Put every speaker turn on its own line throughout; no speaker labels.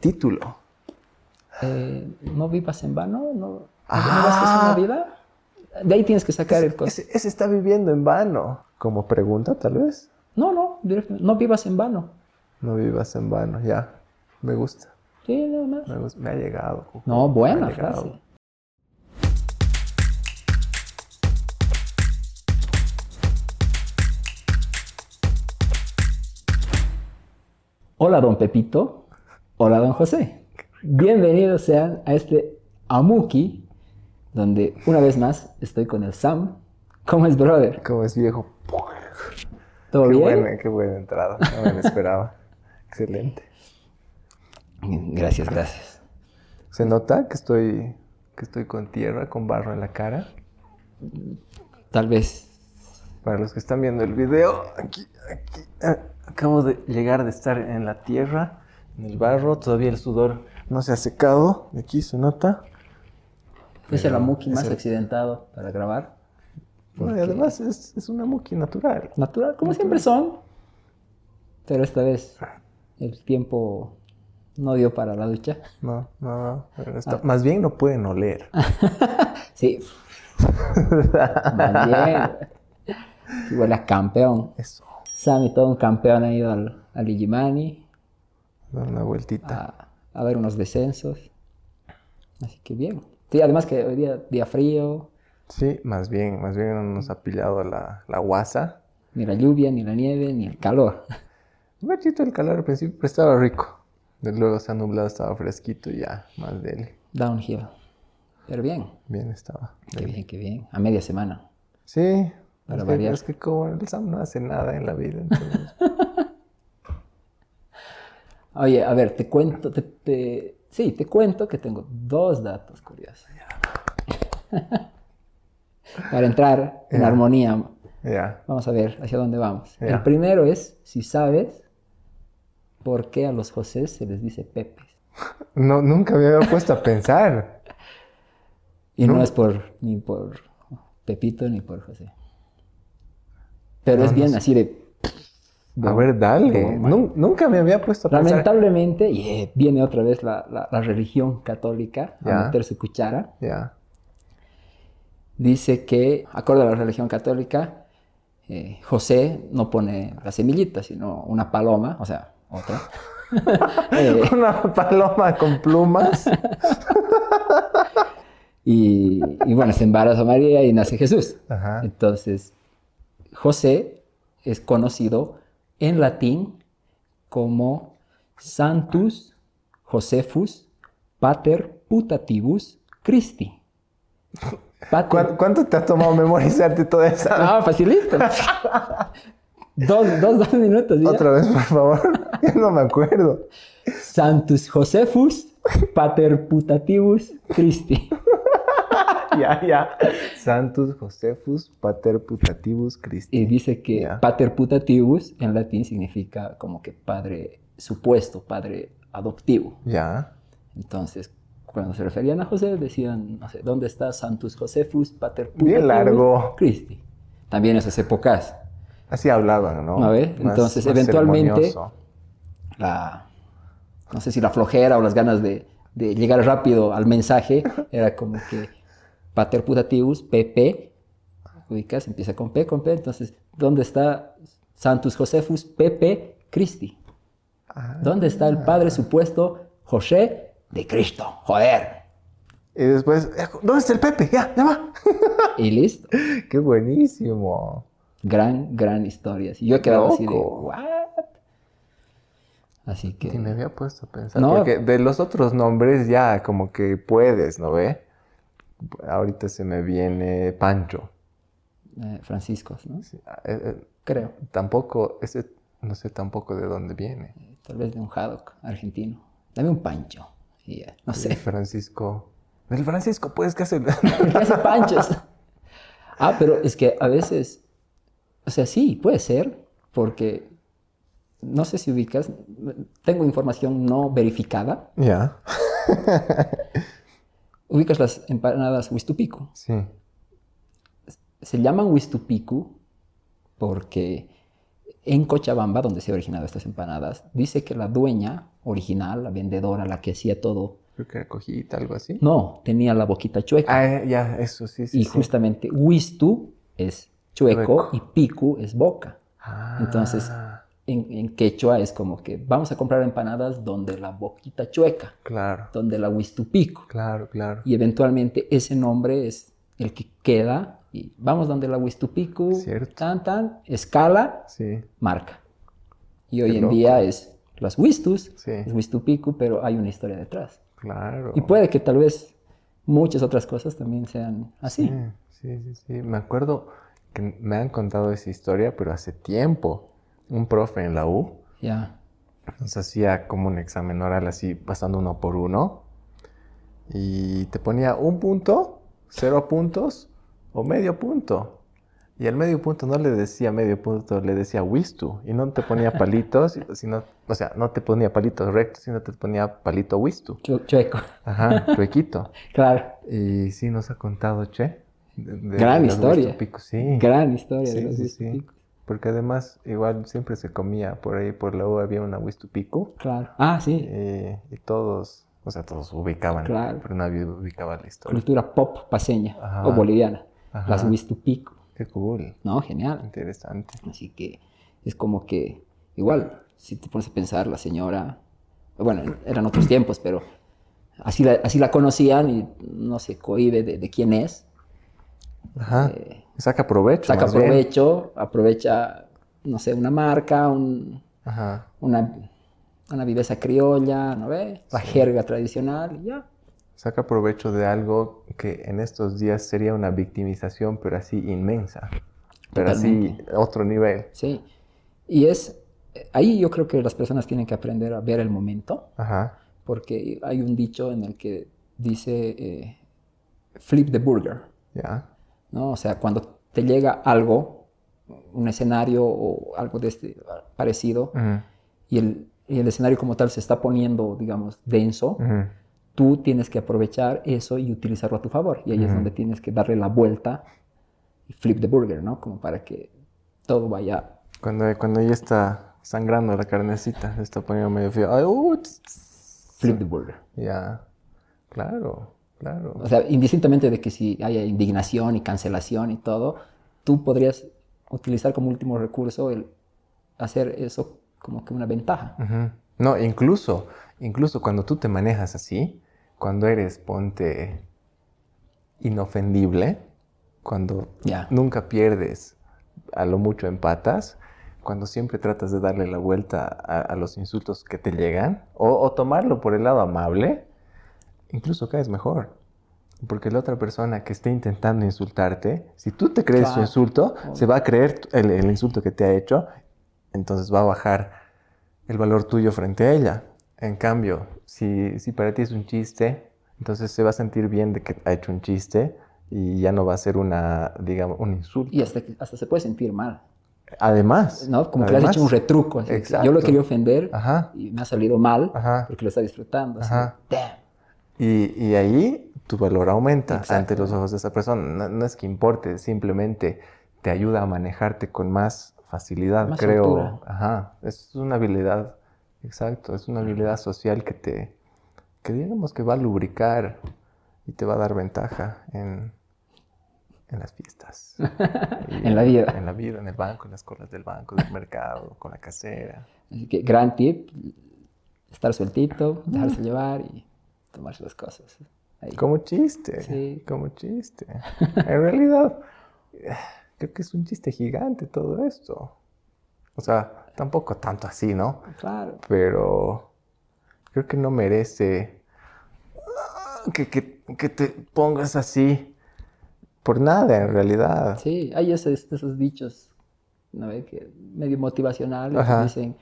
título?
Eh, no vivas en vano, no, no gastes una vida. De ahí tienes que sacar el costo.
Ese, ese está viviendo en vano. Pues, Como pregunta, tal vez.
No, no, directamente, no vivas en vano.
No vivas en vano, ya. Me gusta.
Sí, nada más.
Me, gusta. me ha llegado. Cucu,
No,
me ha
buena
llegado.
frase. Hola, don Pepito. Hola, don José. Bienvenidos sean a este Amuki, donde una vez más estoy con el Sam. ¿Cómo es, brother?
Como es viejo.
¿Todo
Qué
bien?
buena, qué buena entrada. No me la esperaba. Excelente.
Gracias, gracias.
Se nota que estoy, que estoy con tierra, con barro en la cara.
Tal vez
Para los que están viendo el video, aquí, aquí, ah, acabo de llegar de estar en la tierra, en el barro. Todavía el sudor no se ha secado. Aquí se nota.
es el Amuki
es
más
el-
accidentado para grabar.
No, y además es, es una muqui natural.
Natural, como siempre son. Pero esta vez el tiempo no dio para la ducha.
No, no, no, está- Más bien no pueden oler.
Sí. Más bien. Sí, Huele a campeón.
Eso.
Sammy, todo un campeón, ha ido al, al Igimani
Dar una vueltita.
a, a ver unos descensos. Así que bien. Sí, además que hoy día, día frío,
Sí, más bien, más bien nos ha pillado la, la guasa.
ni la lluvia, ni la nieve, ni el calor.
Un ratito el calor al principio, pero estaba rico. De luego se ha nublado, estaba fresquito y ya, más dele.
Downhill. Pero bien,
Bien estaba.
qué bien, qué bien. A media semana.
Sí,
Para
es que,
variar.
es que como el Sam no hace nada en la vida, entonces,
Oye, a ver, te cuento, te, te- sí, te cuento que tengo dos datos curiosos. Para entrar en armonía,
ya.
vamos a ver hacia dónde vamos. El
Ya.
primero es si sabes por qué a los José se les dice Pepes.
No, nunca me había puesto a pensar.
Y no, es por ni por Pepito ni por José. Pero es bien así de
A ver, dale.
Bueno.
Nun- nunca me había puesto a pensar.
Lamentablemente, y eh, viene otra vez la, la- la religión católica a
Ya.
meter su cuchara.
Ya.
Dice que, acorde a la religión católica, eh, José no pone la semillita, sino una paloma, o sea, otra. Eh,
Una paloma con plumas.
y, y bueno, se embaraza María y nace Jesús.
Ajá.
Entonces, José es conocido en latín como Santus Josephus Pater Putativus Christi. Pater-
¿Cuán- ¿Cuánto te ha tomado memorizarte toda esa?
Ah, facilito. dos, dos, dos minutos. ¿ya?
Otra vez, por favor. Yo no me acuerdo.
Santus Josephus Pater Putativus Christi.
Ya, ya. Santus Josephus Pater Putativus Christi.
Y dice que
Ya.
pater putativus en latín significa como que padre supuesto, padre adoptivo.
Ya.
Entonces, cuando se referían a José, decían, no sé, ¿dónde está Santus Josephus Pater
Bien largo.
Christi? También esas épocas,
Así hablaban, ¿no?
A ver, entonces, eventualmente-
ceremonioso.
la, no sé si la flojera o las ganas de, de llegar rápido al mensaje, era como que Pater Putativus, PP, ubicas, empieza con P, con P, entonces, ¿dónde está Santus Josephus PP Christi?
Ah.
¿Dónde está el padre supuesto José de Cristo? Joder.
Y después, "Eh, ¿dónde está el Pepe? Ya, ya va.
Y listo.
Qué buenísimo.
Gran, gran historia. Y yo he quedado así de,
Loco.
¿what? Así que,
Ni me había puesto a pensar.
No.
Porque de los otros nombres ya como que puedes, ¿no ve? Ahorita se me viene Pancho.
eh, Francisco, ¿no?
Sí, ah, eh, eh,
Creo.
Tampoco, ese no sé tampoco de dónde viene.
Tal vez de un Haddock argentino. Dame un pancho. Y ya, no
El
sé.
Francisco. El Francisco, pues, ¿qué hace?
¿Por qué hace panchos? Ah, pero es que a veces, o sea, sí, puede ser, porque no sé si ubicas, tengo información no verificada.
ya.
Ubicas las empanadas Huistupico.
Sí.
se llaman Huistupicu porque en Cochabamba, donde se han originado estas empanadas, dice que la dueña original, la vendedora, la que hacía todo,
Creo que era cojita, algo así.
no, tenía la boquita chueca.
Ah, ya, eso sí, sí.
Mm. y
sí.
justamente Wistu es
Chueco.
chueco y Piku es boca.
Ah.
entonces, En, en quechua es como que vamos a comprar empanadas donde la boquita chueca,
Claro,
donde la Wistu Piku.
claro, claro.
Y eventualmente ese nombre es el que queda. Y vamos donde la Wistu Piku,
Cierto.
tan, tan, escala,
Sí,
marca. Y hoy
Qué
en
loco.
día es las Wistus,
Sí.
es Wistupicu, pero hay una historia detrás.
claro.
Y pues, puede que tal vez muchas otras cosas también sean así.
Sí, Mm, sí, sí, sí. Me acuerdo que me han contado esa historia, pero hace tiempo. Un profe en la U
Ya.
nos hacía como un examen oral así, pasando uno por uno. Y te ponía un punto, cero puntos o medio punto. Y al medio punto no le decía medio punto, le decía Wistu. Y no te ponía palitos, sino, o sea, no te ponía palitos rectos, sino te ponía palito Wistu.
Chu- chueco,
Ajá, chuequito.
claro.
Y sí, nos ha contado, che. de- de-
Gran
de los
historia.
Huistupico, sí.
Gran historia
Sí,
de los
sí, sí.
Huistupicus.
Porque además, igual siempre se comía por ahí, por la U había una Huistupico.
Claro. Ah, sí.
eh, y todos, o sea, todos ubicaban.
Claro.
Pero nadie ubicaba la historia.
Cultura pop paseña
Ajá.
o boliviana.
Ajá.
Las Huistupicu.
Qué cool.
No, genial.
Interesante.
Así que es como que, igual, si te pones a pensar, la señora, bueno, eran otros tiempos, pero así la, así la conocían y no se cohíbe de, de quién es.
Ajá.
Eh,
Saca provecho.
saca
Ah, pues más bien.
provecho, aprovecha, no sé, una marca, un-
Ajá.
una, una viveza criolla, ¿no ve? La jerga tradicional, y ya.
Saca provecho de algo que en estos días sería una victimización, pero así inmensa. Pero así,
Totalmente.
otro nivel.
Sí. Y es, ahí yo creo que las personas tienen que aprender a ver el momento.
Ajá.
porque hay un dicho en el que dice eh, flip the burger,
Ya.
¿no? O sea, cuando te llega algo, un escenario o algo de este parecido,
Ujú,
y el, y el escenario como tal se está poniendo, digamos, denso,
ujú.
tú tienes que aprovechar eso y utilizarlo a tu favor. Y ahí es
Ujú.
donde tienes que darle la vuelta y flip the burger, ¿no? Como para que todo vaya...
Cuando, cuando ya está sangrando la carnecita, se está poniendo medio feo. Ay, uh, tss, tss.
Flip the burger.
Ya, claro, claro.
O sea, indistintamente de que si haya indignación y cancelación y todo, tú podrías utilizar como último recurso el hacer eso como que una ventaja.
Ujú. No, incluso, incluso cuando tú te manejas así, cuando eres, ponte, inofendible, cuando
Ya.
nunca pierdes, a lo mucho empatas, cuando siempre tratas de darle la vuelta a, a los insultos que te llegan, o, o tomarlo por el lado amable, incluso caes mejor. Porque la otra persona que esté intentando insultarte, si tú te crees su
Claro.
insulto, se va a creer tu- el, el insulto que te ha hecho, entonces va a bajar el valor tuyo frente a ella. En cambio, si, si para ti es un chiste, entonces se va a sentir bien de que ha hecho un chiste y ya no va a ser una, digamos, un insulto.
Y hasta, que- hasta se puede sentir mal,
Además,
¿no? Como que le has
además,
hecho un retruco. así que Yo lo
Exacto.
quería ofender
Ajá,
y me ha salido mal
ajá.
porque lo está disfrutando. así,
Ajá.
"Damn".
Y, y ahí tu valor aumenta
Exacto.
ante los ojos de esa persona. No, no es que importe, simplemente te ayuda a manejarte con más facilidad,
Más
creo.
soltura.
Ajá, es una habilidad, exacto, es una habilidad social que te, que digamos que va a lubricar y te va a dar ventaja en, en las fiestas. Y
En la vida.
En la vida, en el banco, en las colas del banco, del mercado, con la casera.
Así que gran tip, estar sueltito,
Ah.
dejarse llevar y tomarse las cosas. Ahí.
Como chiste,
Sí.
como chiste. En realidad, eh, creo que es un chiste gigante todo esto. O sea, tampoco tanto así, ¿no?
Claro.
Pero creo que no merece ah, que, que- que te pongas así por nada, en realidad.
Sí, hay esos, esos dichos, ¿no ve? Que medio motivacionales que
Ajá.
dicen,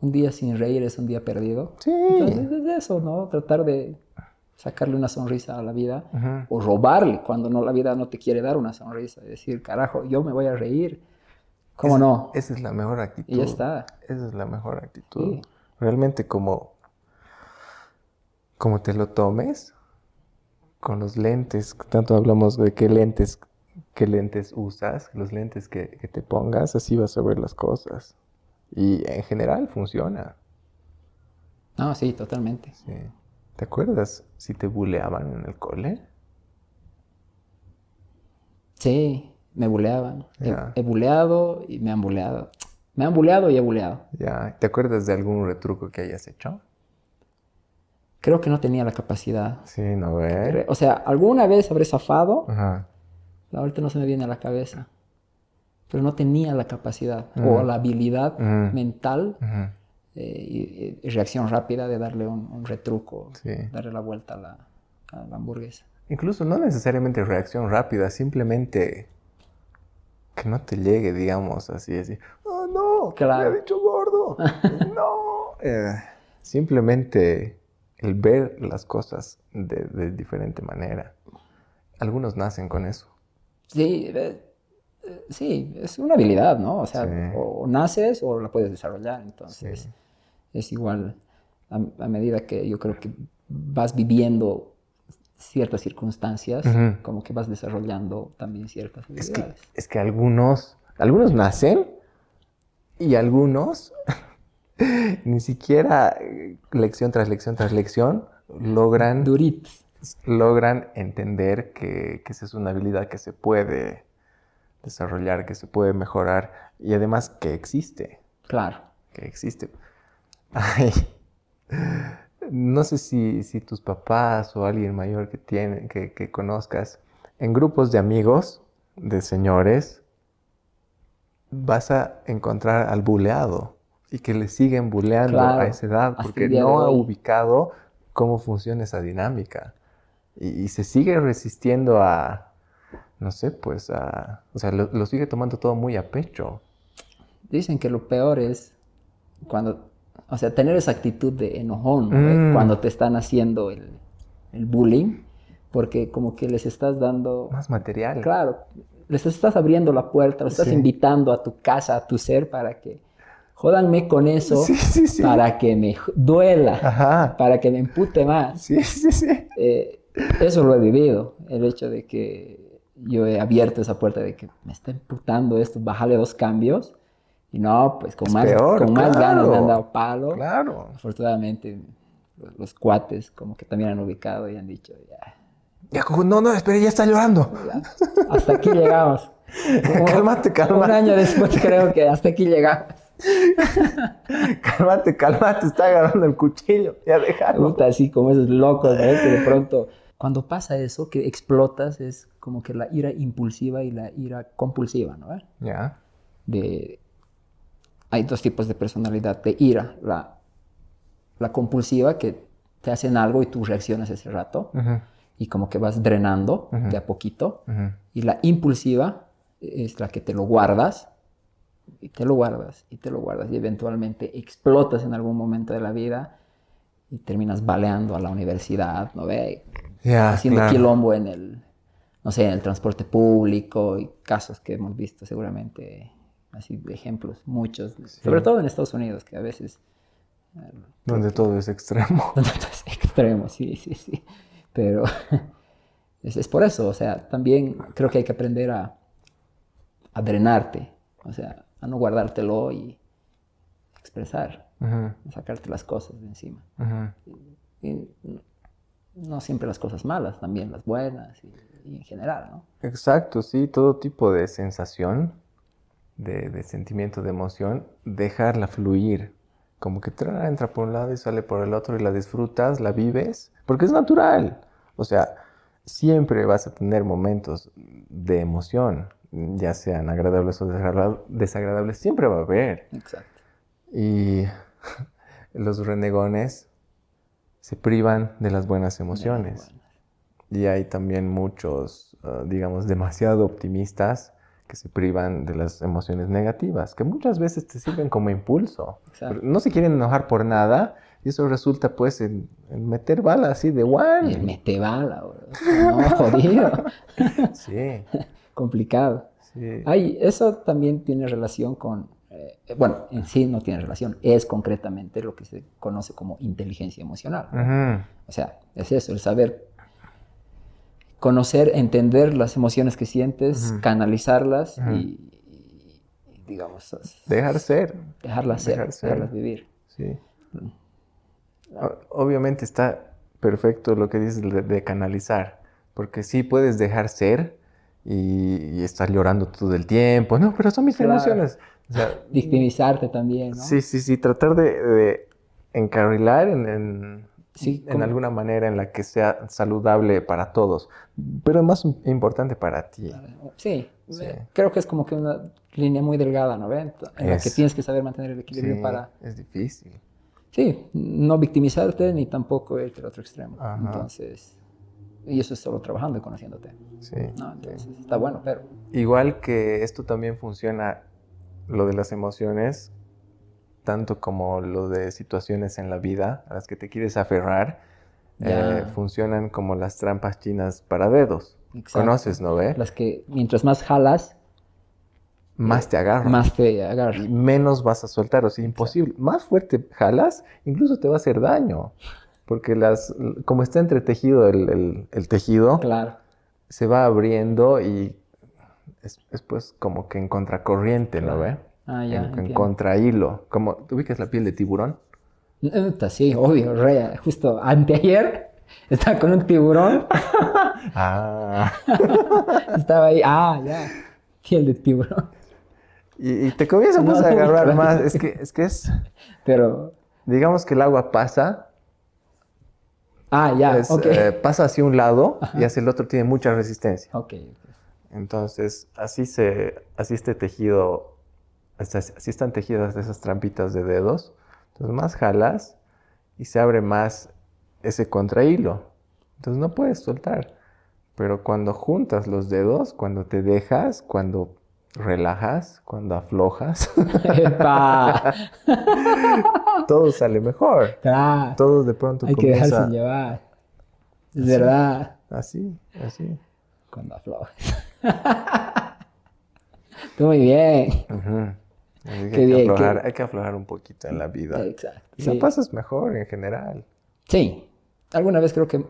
un día sin reír es un día perdido.
Sí.
Entonces es eso, ¿no? Tratar de sacarle una sonrisa a la vida
Ujú.
o robarle cuando no la vida no te quiere dar una sonrisa. Es decir, carajo, yo me voy a reír. ¿Cómo no?
Esa es la mejor actitud.
Y ya está.
Esa es la mejor actitud.
Sí.
Realmente como, como te lo tomes, con los lentes, tanto hablamos de qué lentes, qué lentes usas, los lentes que, que te pongas, así vas a ver las cosas. Y en general funciona.
No, sí, totalmente.
Sí. ¿Te acuerdas si te buleaban en el cole?
Sí, me buleaban. He-
Ya.
He, buleado y me han buleado. Me han buleado y he buleado.
Ya. ¿Te acuerdas de algún retruco que hayas hecho?
Creo que no tenía la capacidad.
Sí, no ve.
O sea, alguna vez habré zafado,
Ajá.
ahorita no se me viene a la cabeza. Pero no tenía la capacidad o
Ujú.
la habilidad
Ujú.
mental
Ujú.
eh, y, y reacción rápida de darle un, un retruco,
Sí.
darle la vuelta a la, a la hamburguesa.
Incluso no necesariamente reacción rápida, simplemente que no te llegue, digamos, así, así. ¡Oh, no!
Claro.
¡Me ha dicho gordo! ¡No! Eh, simplemente el ver las cosas de, de diferente manera. Algunos nacen con eso.
Sí, eh, eh, sí, es una habilidad, ¿no? O sea,
Sí.
o, o naces o la puedes desarrollar, entonces
Sí.
es igual a, a medida que yo creo que vas viviendo ciertas circunstancias,
Ujú.
como que vas desarrollando también ciertas
Es que,
habilidades.
es que algunos, algunos nacen y algunos ni siquiera eh, lección tras lección tras lección logran
Duritos.
logran entender que, que esa es una habilidad que se puede desarrollar, que se puede mejorar y además que existe,
claro.
que existe. Ay, no sé si, si tus papás o alguien mayor que, tiene, que, que conozcas, en grupos de amigos, de señores, vas a encontrar al buleado y que le siguen buleando
Claro,
a esa edad
hasta el
porque
día de
no ha
hoy.
ubicado cómo funciona esa dinámica. Y, y se sigue resistiendo a, no sé, pues a, o sea, lo, lo sigue tomando todo muy a pecho.
Dicen que lo peor es cuando, o sea, tener esa actitud de enojón güey,
Mm.
cuando te están haciendo el, el bullying, porque como que les estás dando,
Más material.
claro, les estás abriendo la puerta, los estás
Sí.
invitando a tu casa, a tu ser, para que jódanme con eso,
Sí, sí, sí.
para que me j- duela,
Ajá.
para que me empute más.
Sí, sí, sí.
Eh, eso lo he vivido, el hecho de que yo he abierto esa puerta de que me está imputando esto, bájale dos cambios. Y no, pues con,
Es
más,
peor,
con más ganas me
claro.
han dado palo.
Claro.
Afortunadamente, los, los cuates como que también han ubicado y han dicho, ya,
Ya, Cucu, no, no, espera, ya está llorando.
ya, hasta aquí llegamos. Un-
Cálmate,
Un
cálmate,
año después creo que hasta aquí llegamos.
cálmate, cálmate, está agarrando el cuchillo. Ya
Me
déjalo.
gusta así como esos locos, ¿no? Que de pronto, cuando pasa eso, que explotas, es como que la ira impulsiva y la ira compulsiva, ¿no?
Ya.
de- hay dos tipos de personalidad de ira la, la compulsiva que te hacen algo y tú reaccionas ese rato
Ujú,
y como que vas drenando
Ujú.
de a poquito
ujú.
y la impulsiva es la que te lo guardas y te lo guardas y te lo guardas y eventualmente explotas en algún momento de la vida y terminas baleando a la universidad no ve
Ya,
haciendo
claro.
quilombo en el, no sé, en el transporte público y casos que hemos visto seguramente, así de ejemplos, muchos, sobre todo en Estados Unidos, que a veces
Donde todo es extremo.
es extremo, sí, sí, sí, pero es, es por eso, o sea, también creo que hay que aprender a, a drenarte, o sea, a no guardártelo y expresar,
Ujú,
a sacarte las cosas de encima.
ujú.
Y no siempre las cosas malas, también las buenas y, y en general, ¿no?
Exacto, sí, todo tipo de sensación, de, de sentimiento, de emoción, dejarla fluir. Como que tra- entra por un lado y sale por el otro y la disfrutas, la vives, porque es natural. O sea, siempre vas a tener momentos de emoción, ya sean agradables o desagra- desagradables, siempre va a haber.
Exacto.
Y los renegones se privan de las buenas emociones. Y hay también muchos, eh, digamos, demasiado optimistas que se privan de las emociones negativas, que muchas veces te sirven como impulso.
Exacto.
No se quieren enojar por nada y eso resulta pues en, en meter bala así de one.
Y el mete bala, bro. No, jodido.
Sí,
Complicado.
sí.
Ay, eso también tiene relación con. eh, bueno, en sí no tiene relación. Es concretamente lo que se conoce como inteligencia emocional.
Ujú,
O sea, es eso, el saber conocer, entender las emociones que sientes,
Ujú.
canalizarlas
Ujú.
y, y digamos. es-
Dejar ser.
Dejarlas ser,
Dejar ser.
dejarlas vivir.
Sí. O- Obviamente está perfecto lo que dices de, de canalizar, porque sí puedes dejar ser y, y estar llorando todo el tiempo. No, pero son mis
Claro.
emociones. O sea,
Victimizarte también, ¿no?
sí, sí, sí, tratar de, de encarrilar en, en-
Sí,
en
como-
alguna manera en la que sea saludable para todos, pero más importante para ti.
Sí,
Sí.
eh, creo que es como que una línea muy delgada, ¿no? ¿Ven? En la que
Es.
tienes que saber mantener el equilibrio
Sí,
para,
Es difícil.
sí, no victimizarte ni tampoco irte al otro extremo.
Ajá.
Entonces, y eso es solo trabajando y conociéndote,
Sí.
¿no? Entonces, está bueno, pero
Igual que esto también funciona, lo de las emociones, tanto como lo de situaciones en la vida a las que te quieres aferrar,
Ya.
eh, funcionan como las trampas chinas para dedos.
Exacto.
Conoces, ¿no ve?
las que mientras más jalas,
Más te agarran.
más te agarras.
y menos vas a soltar, o sea, imposible. Más fuerte jalas, incluso te va a hacer daño. Porque las, como está entretejido el, el- el tejido,
Claro.
se va abriendo y es, es, pues como que en contracorriente, ¿no ve?
Ah, ya.
En, en
entiendo.
contrahilo. Como, ¿tú ubicas la piel de tiburón?
Puta, Sí, obvio, re, justo anteayer estaba con un tiburón,
Ah.
estaba ahí, ah, ya, piel de tiburón,
Y, y te comienza pues,
No,
a agarrar
claro.
más. Es que, es que es,
pero,
digamos que el agua pasa,
ah, ya,
es,
ok.
eh, pasa hacia un lado y hacia el otro tiene mucha resistencia.
Ok,
Entonces, así se, así este tejido, hasta- así están tejidas esas trampitas de dedos. Entonces, más jalas y se abre más ese contrahilo. Entonces, no puedes soltar. Pero cuando juntas los dedos, cuando te dejas, cuando relajas, cuando aflojas,
Epa.
todo sale mejor.
Claro,
Todo de pronto
hay que
comienza
dejarse llevar. Es verdad.
así, así.
Cuando aflojes. Tú muy bien.
Ujú. Así que
Qué
hay, que
bien, qué-
aflojar, hay que aflojar un poquito en la vida.
Exacto.
Y La
Sí.
pasas mejor en general.
Sí. Alguna vez creo que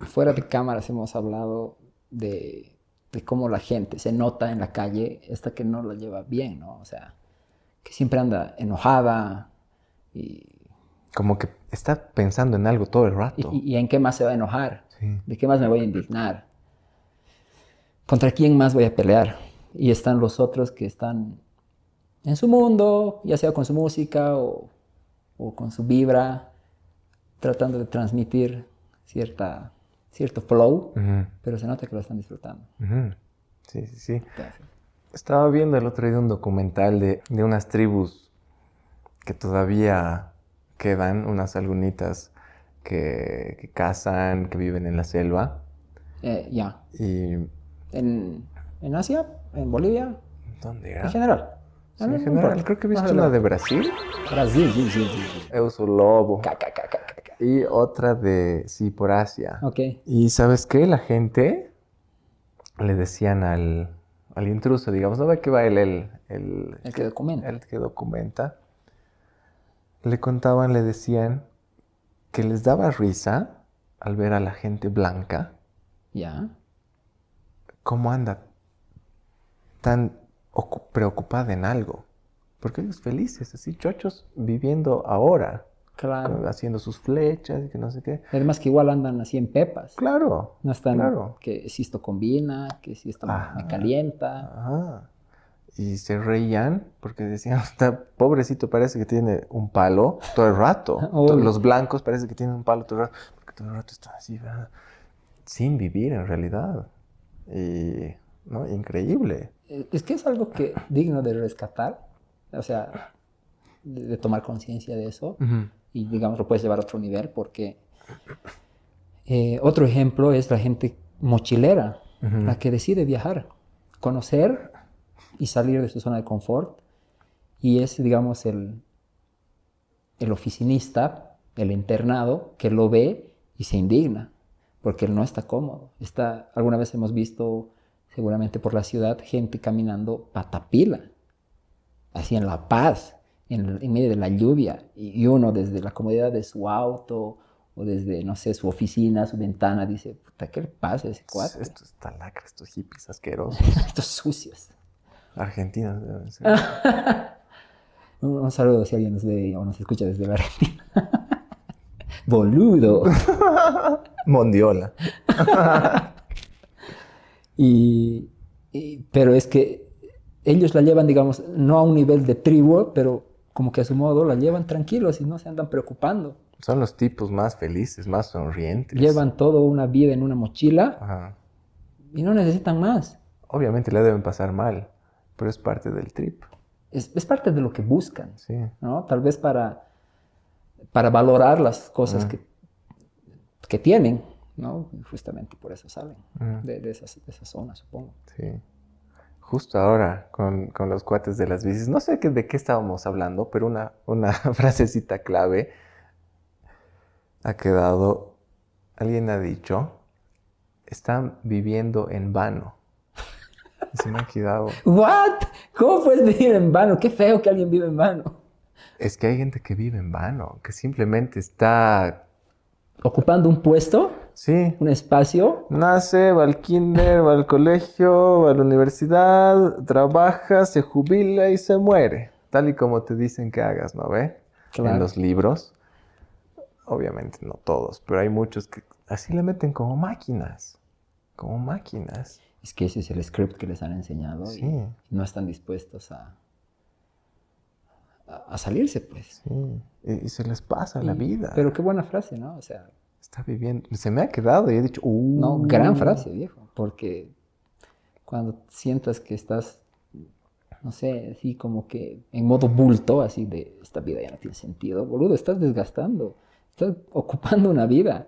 fuera de cámaras hemos hablado de, de cómo la gente se nota en la calle esta que no la lleva bien, ¿no? O sea, que siempre anda enojada y,
como que está pensando en algo todo el
y-
rato.
y- y en qué más se va a enojar.
Sí.
¿De qué más me voy a indignar? ¿Contra quién más voy a pelear? Y están los otros que están en su mundo, ya sea con su música o, o con su vibra, tratando de transmitir cierta, cierto flow,
Ujú,
pero se nota que lo están disfrutando.
ujú. Sí, sí, sí. Estaba viendo el otro día un documental de, de unas tribus que todavía quedan, unas algunitas que, que cazan, que viven en la selva.
Eh, ya,
Y.
en, en Asia, en Bolivia,
¿Dónde
en
era?
general.
Sí, en
No, no
general,
importa.
creo que he
No,
visto
no, no.
una de Brasil,
Brasil, sí, sí, sí, sí.
Euso Lobo,
Ca, ca, ca, ca, ca, ca.
y otra de, sí, por Asia.
Ok,
Y sabes qué, la gente le decían al, al intruso, digamos, no ve que va él, el, el,
el que documenta.
el que documenta, le contaban, le decían que les daba risa al ver a la gente blanca,
Ya.
cómo anda tan ocu- preocupada en algo. Porque ellos felices, así chochos, viviendo ahora,
Claro.
haciendo sus flechas y que no sé qué.
Además que igual andan así en pepas.
Claro,
No están
Claro.
que si esto combina, que si esto me-
Ajá.
me calienta.
Ajá. Y se reían porque decían, "Está pobrecito, parece que tiene un palo todo el rato. To-
Uy.
Los blancos parece que tienen un palo todo el rato, porque todo el rato están así, ¿verdad? sin vivir en realidad. Y, ¿no? Increíble.
Eh, Es que es algo que digno de rescatar, o sea, de, de tomar conciencia de eso y digamos lo puedes llevar a otro nivel porque eh, otro ejemplo es la gente mochilera,
Ujú.
la que decide viajar, conocer y salir de su zona de confort y es digamos el, el oficinista, el internado, que lo ve y se indigna, porque él no está cómodo. Está, alguna vez hemos visto, seguramente por la ciudad, gente caminando patapila, así en La Paz, en, en medio de la lluvia, y, y uno desde la comodidad de su auto o desde, no sé, su oficina, su ventana, dice, puta, ¿qué le pasa a ese cuate?
Estos talacres, estos hippies asquerosos.
Estos sucios.
Argentinos. deben ser.
Un, un saludo si alguien nos ve o nos escucha desde la Argentina. Boludo.
Mondiola.
Y, y- pero es que ellos la llevan, digamos, no a un nivel de tribu, pero como que a su modo la llevan tranquilos y no se andan preocupando.
Son los tipos más felices, más sonrientes.
Llevan toda una vida en una mochila
Ajá.
y no necesitan más.
Obviamente le deben pasar mal, pero es parte del trip.
Es, es parte de lo que buscan,
Sí.
¿no? Tal vez para, para valorar las cosas que, que tienen, ¿no? Y Justamente por eso salen
Mm,
de, de esas, de esa zona, supongo.
sí. Justo ahora, con, con los cuates de las bicis, no sé qué- de qué estábamos hablando, pero una, una frasecita clave ha quedado. Alguien ha dicho: están viviendo en vano. Y se me ha quedado.
¿What? ¿Cómo puedes vivir en vano? Qué feo que alguien vive en vano.
Es que hay gente que vive en vano, que simplemente está.
Ocupando un puesto,
Sí,
un espacio,
Nace, va al kinder, va al colegio, va a la universidad, trabaja, se jubila y se muere. Tal y como te dicen que hagas, ¿no ve?
Claro.
En los libros. Obviamente no todos, pero hay muchos que así le meten como máquinas. Como máquinas.
Es que ese es el script que les han enseñado
Sí,
y no están dispuestos a, a, a salirse, pues.
sí. Y, y se les pasa la
Y-
vida.
Pero qué buena frase, ¿no? O sea,
Está viviendo. Se me ha quedado y he dicho, uh,
no, gran frase, viejo. Porque cuando sientas que estás, no sé, así como que en modo bulto, así de esta vida ya no tiene sentido, boludo, estás desgastando, estás ocupando una vida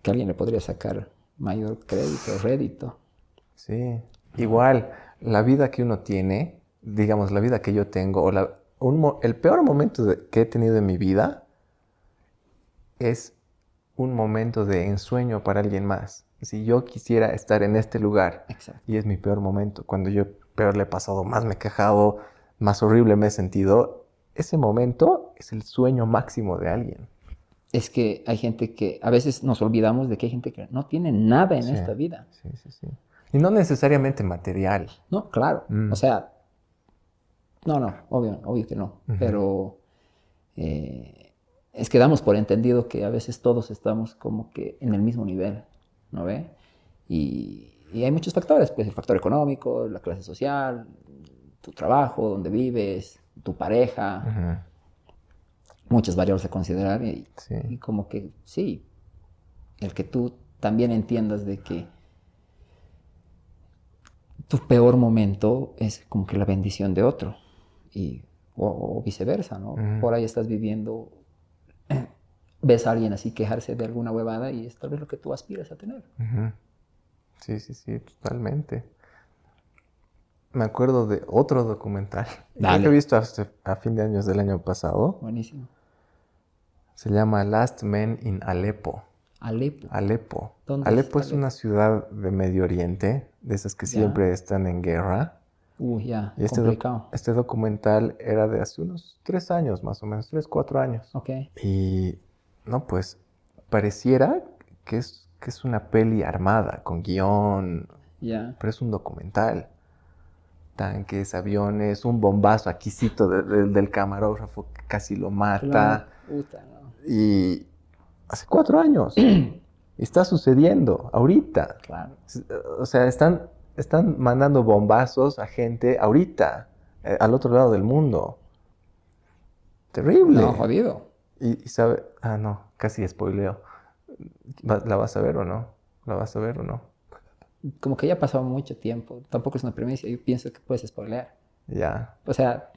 que alguien le podría sacar mayor crédito, rédito.
Sí, igual, la vida que uno tiene, digamos, la vida que yo tengo, o la- un mo- el peor momento de- que he tenido en mi vida es un momento de ensueño para alguien más. Si yo quisiera estar en este lugar
Exacto.
y es mi peor momento, cuando yo peor le he pasado, más me he quejado, más horrible me he sentido, ese momento es el sueño máximo de alguien.
es que hay gente que a veces nos olvidamos de que hay gente que no tiene nada en
Sí.
esta vida.
Sí, sí, sí. Y no necesariamente material.
No, claro.
Mm.
O sea, no, no, obvio, obvio que no.
Ujú.
Pero eh, es que damos por entendido que a veces todos estamos como que en el mismo nivel, ¿no ve? Y, y hay muchos factores, pues el factor económico, la clase social, tu trabajo, donde vives, tu pareja,
Ujú,
muchas variables a considerar y,
Sí.
Y como que sí, el que tú también entiendas de que tu peor momento es como que la bendición de otro y, o, o viceversa, ¿no?
Ujú.
Por ahí estás viviendo, ves a alguien así quejarse de alguna huevada y es tal vez lo que tú aspiras a tener.
Ujú. Sí, sí, sí, totalmente. Me acuerdo de otro documental
Dale.
que he visto hace- a fin de años del año pasado.
Buenísimo.
Se llama Last Men in Aleppo. Ah,
Alepo.
Alepo.
¿Dónde
Alepo
es
es,
Alepo?
una ciudad de Medio Oriente, de esas que
Ya.
siempre están en guerra.
Uy, ya,
Y este, doc-
complicado.
este documental era de hace unos tres años, más o menos, tres, cuatro años.
Ok.
Y no, pues pareciera que es, que es una peli armada, con guión,
Ya.
pero es un documental. Tanques, aviones, un bombazo aquícito de- de- del camarógrafo que casi lo
Claro.
mata.
Puta, no.
Y hace cuatro años. Y está sucediendo ahorita.
Claro.
S- eh, O sea, están, están mandando bombazos a gente ahorita, eh, al otro lado del mundo. Terrible.
No, jodido.
y, y sabe, ah, no, casi spoileo. Va- ¿La vas a ver o no? ¿La vas a ver o no?
Como que ya ha pasado mucho tiempo. Tampoco es una premisa. Yo pienso que puedes spoilear.
Ya.
O sea,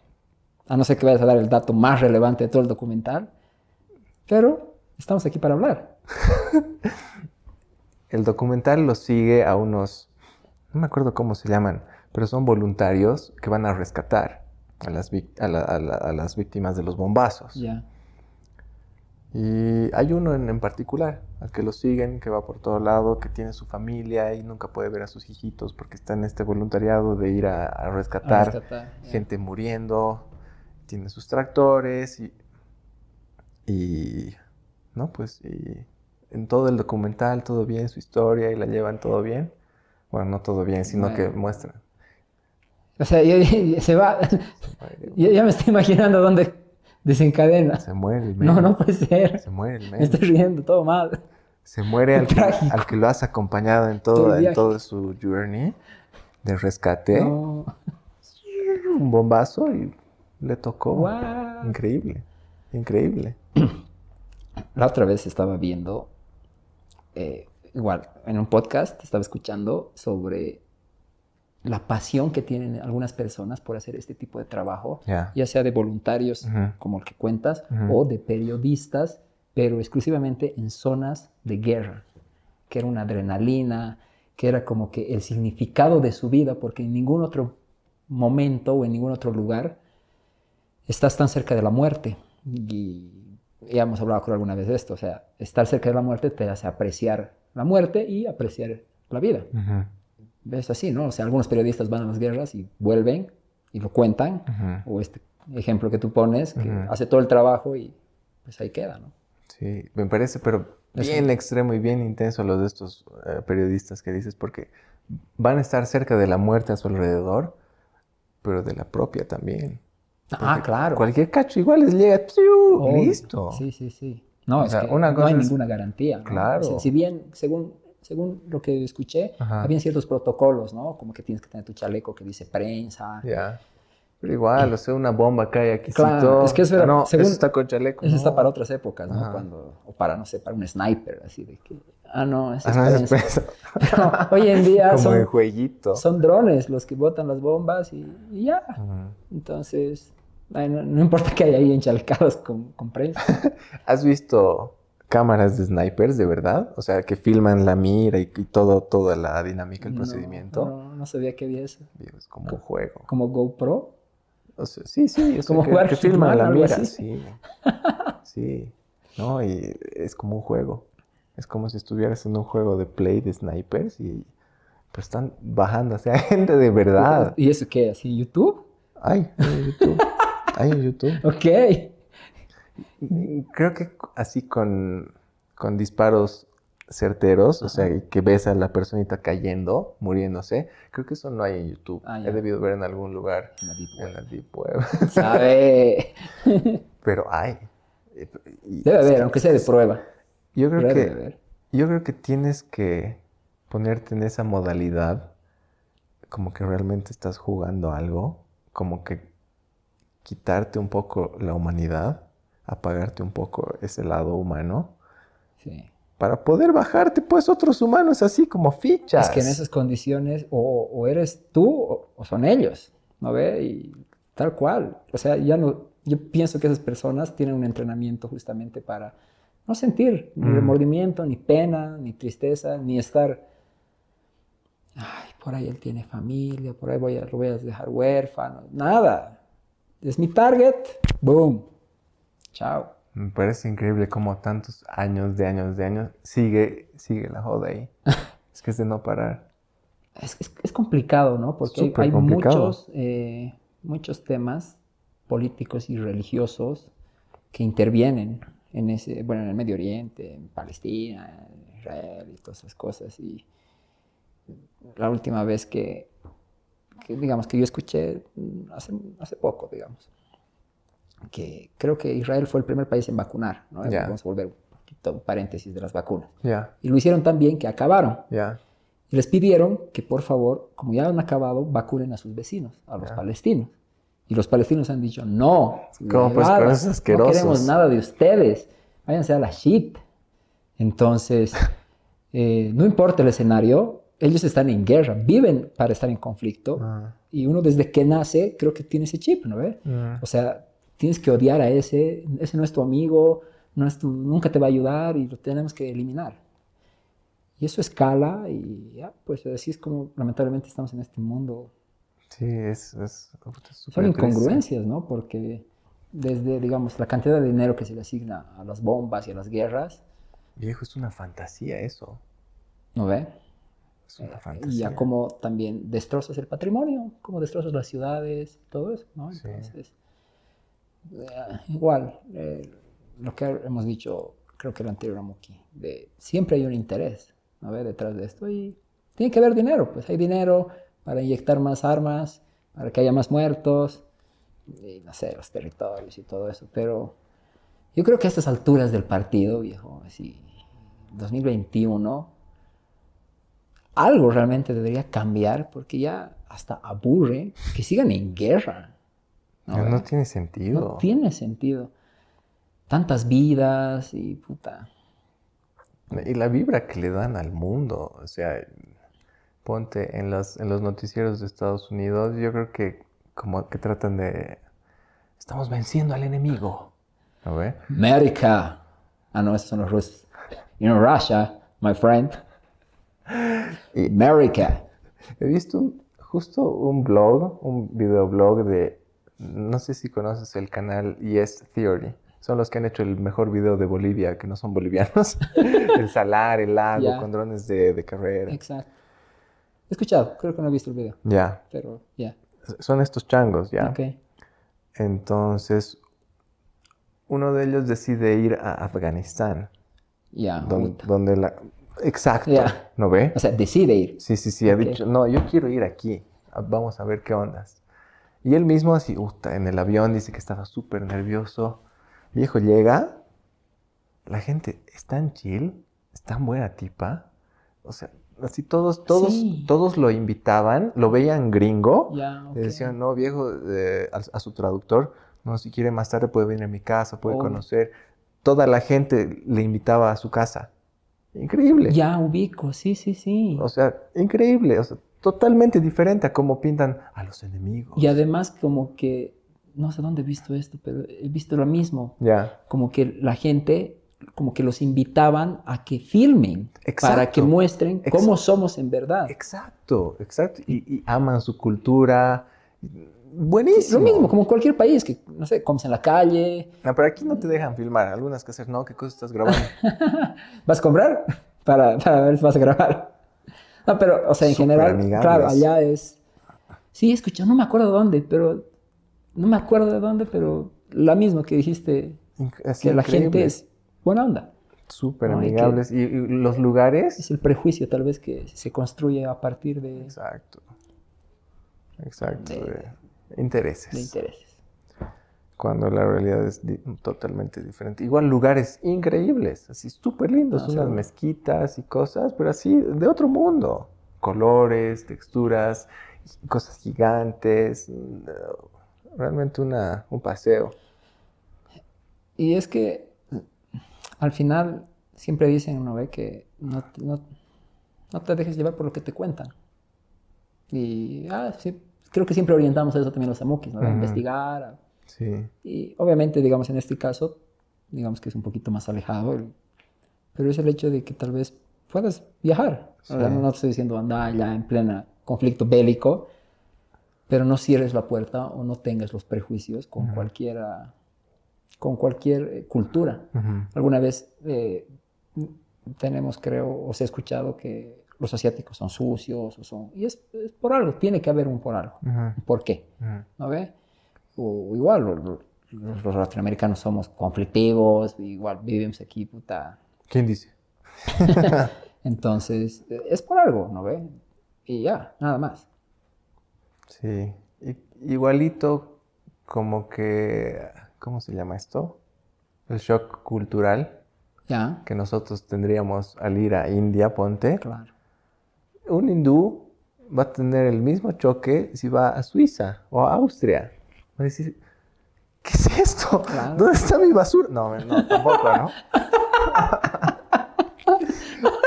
a no ser que vayas a dar el dato más relevante de todo el documental, pero estamos aquí para hablar.
El documental los sigue a unos, no me acuerdo cómo se llaman, pero son voluntarios que van a rescatar a las, vic- a la- a la- a las víctimas de los bombazos.
Ya.
Y hay uno en, en particular, al que lo siguen, que va por todo lado, que tiene su familia y nunca puede ver a sus hijitos porque está en este voluntariado de ir a, a
a
rescatar
rescatar, Ah, ya.
gente muriendo, tiene sus tractores y, y no, pues y en todo el documental todo bien, su historia y la llevan todo bien. Bueno, no todo bien, sino que
Bueno.
muestran.
O sea, ya- ya- ya se va. Ya, ya me estoy imaginando dónde desencadena.
Se muere el meme.
No, Este no puede ser.
Se muere el
Me
meme.
estoy riendo todo mal.
Se muere al que,
Trágico.
al que lo has acompañado en
Todo el
todo, en
viaje.
todo su journey de rescate.
No.
Un bombazo y le tocó.
Guau.
Increíble. Increíble.
La otra vez estaba viendo, eh, igual, en un podcast estaba escuchando sobre la pasión que tienen algunas personas por hacer este tipo de trabajo,
Ya.
ya sea de voluntarios
Ujú.
como el que cuentas
Ujú.
o de periodistas, pero exclusivamente en zonas de guerra, que era una adrenalina, que era como que el significado de su vida, porque en ningún otro momento o en ningún otro lugar estás tan cerca de la muerte. Y ya hemos hablado creo, alguna vez de esto, o sea, estar cerca de la muerte te hace apreciar la muerte y apreciar la vida.
Ujú.
Es así, ¿no? O sea, algunos periodistas van a las guerras y vuelven y lo cuentan,
Ujú.
o este ejemplo que tú pones, que
Ujú.
hace todo el trabajo y pues ahí queda, ¿no?
Sí, me parece, pero
Es
bien extremo y bien intenso los de estos eh, periodistas que dices, porque van a estar cerca de la muerte a su alrededor, pero de la propia también.
Ah, claro.
Cualquier cacho igual les llega, ¡piu!
Obvio.
Oh, listo.
Sí, sí, sí. No,
O
es
sea,
que
una
no
cosa
hay
es-
ninguna garantía. ¿no?
Claro.
O sea, si bien, según, según lo que escuché,
Ajá.
habían ciertos protocolos, ¿no? Como que tienes que tener tu chaleco que dice prensa.
Ya. Pero igual, o sea, una bomba cae aquí. Ah,
Claro, es que eso era-
no,
según-
eso está con chaleco.
Eso
no.
está para otras épocas, ¿no?
Oh. Ajá.
Cuando, o para, no sé, para un sniper, así de que, ah, no, esa
Ah, no,
es
es
prensa.
prensa.
No, hoy en día
Como el
Ah, son,
jueguito.
son drones los que botan las bombas y, y ya.
Ujú.
Entonces, ay, no, no importa que haya ahí enchalcados con, con prensa.
¿Has visto cámaras de snipers de verdad? O sea, que filman la mira y, y todo, toda la dinámica, el
No,
procedimiento.
No, no sabía que había eso.
Digo, es como un juego.
Como GoPro.
O sea, sí, sí, es
Como jugar
que
Hitman
filman
o
la
algo
mira,
así.
sí. Sí, no, y es como un juego. Es como si estuvieras en un juego de play de snipers y pero están bajando, o sea, gente de verdad.
¿Y eso qué? ¿Así YouTube?
Ay, hay en YouTube. Ay, en YouTube.
Ok.
Creo que así con, con disparos certeros, o sea, y que ves a la personita cayendo, muriéndose, creo que eso no hay en YouTube.
Ah, ya.
He debido ver en algún lugar en la Deep Web.
Sabe.
Pero hay. Eh, p- y
Debe
es
haber,
que-
aunque sea de prueba.
Yo creo
Debe
que
haber.
yo creo que tienes que ponerte en esa modalidad como que realmente estás jugando algo, como que quitarte un poco la humanidad, apagarte un poco ese lado humano
Sí.
para poder bajarte pues otros humanos así como fichas.
Es que en esas condiciones o, o eres tú o, o son ellos, ¿no ve? Y tal cual. O sea, ya no, yo pienso que esas personas tienen un entrenamiento justamente para no sentir ni
Mm.
remordimiento, ni pena, ni tristeza, ni estar, ay, por ahí él tiene familia, por ahí voy a, lo voy a dejar huérfano, nada. Es mi target, boom, chao.
Me parece increíble como tantos años de años de años sigue sigue la joda ahí. es que es de no parar.
Es, es- es complicado, ¿no? Porque hay-
Súper
hay
complicado.
muchos, eh, muchos temas políticos y religiosos que intervienen en ese, bueno, en el Medio Oriente, en Palestina, en Israel y todas esas cosas. Y la última vez que, que, digamos, que yo escuché mm, hace, hace poco, digamos, que creo que Israel fue el primer país en vacunar, ¿no?
Ya.
Vamos a volver un poquito, un paréntesis de las vacunas.
Ya,
Y lo hicieron tan bien que acabaron.
ya.
Y les pidieron que por favor, como ya han acabado, vacunen a sus vecinos, a los
Ya.
palestinos. Y los palestinos han dicho, no,
¿Cómo, pues,
huevadas,
con esos
no
asquerosos?"
queremos nada de ustedes, váyanse a la shit. Entonces, eh, no importa el escenario, ellos están en guerra, viven para estar en conflicto.
Ah.
Y uno desde que nace creo que tiene ese chip, ¿no ve?
Mm.
O sea, tienes que odiar a ese, ese no es tu amigo, no es tu, nunca te va a ayudar y lo tenemos que eliminar. Y eso escala y ya, pues así es como lamentablemente estamos en este mundo.
Sí, es, es puta,
Son
súper triste.
incongruencias, ¿no? Porque desde, digamos, la cantidad de dinero que se le asigna a las bombas y a las guerras,
Viejo, es una fantasía eso.
¿no ve?
Es una
Eh, Y
fantasía.
ya como también destrozas el patrimonio, como destrozas las ciudades, todo eso, ¿no?
Sí.
Entonces, eh, igual, eh, lo que hemos dicho, creo que el anterior Amuki, de siempre hay un interés, ¿no? ve? Detrás de esto y tiene que haber dinero, pues hay dinero para inyectar más armas, para que haya más muertos, y no sé, los territorios y todo eso. Pero yo creo que a estas alturas del partido, viejo, así, 2021, algo realmente debería cambiar porque ya hasta aburre que sigan en guerra.
No, no tiene sentido.
No tiene sentido. Tantas vidas y puta.
Y la vibra que le dan al mundo, o sea, ponte en, las, en los noticieros de Estados Unidos, yo creo que como que tratan de... Estamos venciendo al enemigo. ¿No ve?
America. Ah, no, esos son los rusos. In Russia, my friend. Eh, America.
He visto un- justo un blog, un videoblog de... No sé si conoces el canal Yes Theory. Son los que han hecho el mejor video de Bolivia, que no son bolivianos. el salar, el lago,
Ya.
con drones de, de carrera.
Exacto. He escuchado, creo que no he visto el video,
Ya.
pero ya.
Son estos changos, ¿ya?
Ok.
Entonces, uno de ellos decide ir a Afganistán,
Ya.
don-
puta.
donde la... Exacto,
Ya.
¿no ve?
O sea, decide ir.
Sí, sí, sí, ha
Ok.
dicho, no, yo quiero ir aquí, ah, vamos a ver qué ondas. Y él mismo así, "Uta", en el avión dice que estaba súper nervioso. Viejo, llega, la gente es tan chill, es tan buena tipa, o sea, así todos, todos,
Sí.
todos lo invitaban, lo veían gringo,
Ya. ok.
le decían, no, viejo, eh, al- a, su traductor, no, si quiere más tarde puede venir a mi casa, puede
Oh.
conocer. Toda la gente le invitaba a su casa. Increíble.
Ya ubico, sí, sí, sí.
O sea, increíble. O sea, totalmente diferente a cómo pintan a los enemigos.
Y además como que, no sé dónde he visto esto, pero he visto lo mismo.
Ya.
Como que la gente, como que los invitaban a que filmen. Para
Exacto.
que muestren
Ex-
cómo somos en verdad.
Exacto, exacto. Y, y aman su cultura. Buenísimo.
Lo mismo, como cualquier país, que, no sé, comes en la calle,
No, Ah, pero aquí no te dejan filmar. Algunas que hacer, no, ¿qué cosa estás grabando?
¿Vas a comprar? Para, para ver si vas a grabar. No, pero, o sea, en
Súper
general,
amigables.
claro, allá es... Sí, escucha, no me acuerdo dónde, pero... No me acuerdo de dónde, pero la misma que dijiste,
Inc- así,
que la gente
increíble.
es buena onda.
súper
No, y que-
amigables. Y, y los lugares.
Es el prejuicio tal vez que se construye a partir de,
Exacto. Exacto.
De-
de intereses.
de intereses.
Cuando la realidad es di- totalmente diferente. Igual lugares increíbles, así súper lindos,
Ah,
unas
seguro.
mezquitas y cosas, pero así de otro mundo. Colores, texturas, cosas gigantes. no, Realmente una, un paseo.
Y es que al final siempre dicen, ¿no ve? Que no, te- no- no te dejes llevar por lo que te cuentan. Y ah, sí, creo que siempre orientamos a eso también los amukis, ¿no? A
Ujú.
investigar. a-
Sí.
y obviamente, digamos, en este caso, digamos que es un poquito más alejado, el- pero es el hecho de que tal vez puedas viajar. O sea,
Sí.
no te estoy diciendo anda allá en plena conflicto bélico, pero no cierres la puerta o no tengas los prejuicios con
Ujú.
cualquiera, con cualquier eh, cultura. Alguna vez eh, tenemos, creo, o se ha escuchado que los asiáticos son sucios o son... Y es, es por algo, tiene que haber un por algo. ¿Por qué? ¿No ve? O igual, lo- lo- los, los latinoamericanos somos conflictivos, igual vivimos aquí, puta.
¿Quién dice?
Entonces, eh, es por algo, ¿no ve? Y ya, nada más.
Sí. I- Igualito como que... ¿Cómo se llama esto? El shock cultural.
Ya,
que nosotros tendríamos al ir a India, ponte,
claro.
un hindú va a tener el mismo choque si va a Suiza o a Austria. Va a decir, ¿qué es esto?
Claro.
¿Dónde está mi basura? No, no, tampoco, ¿no?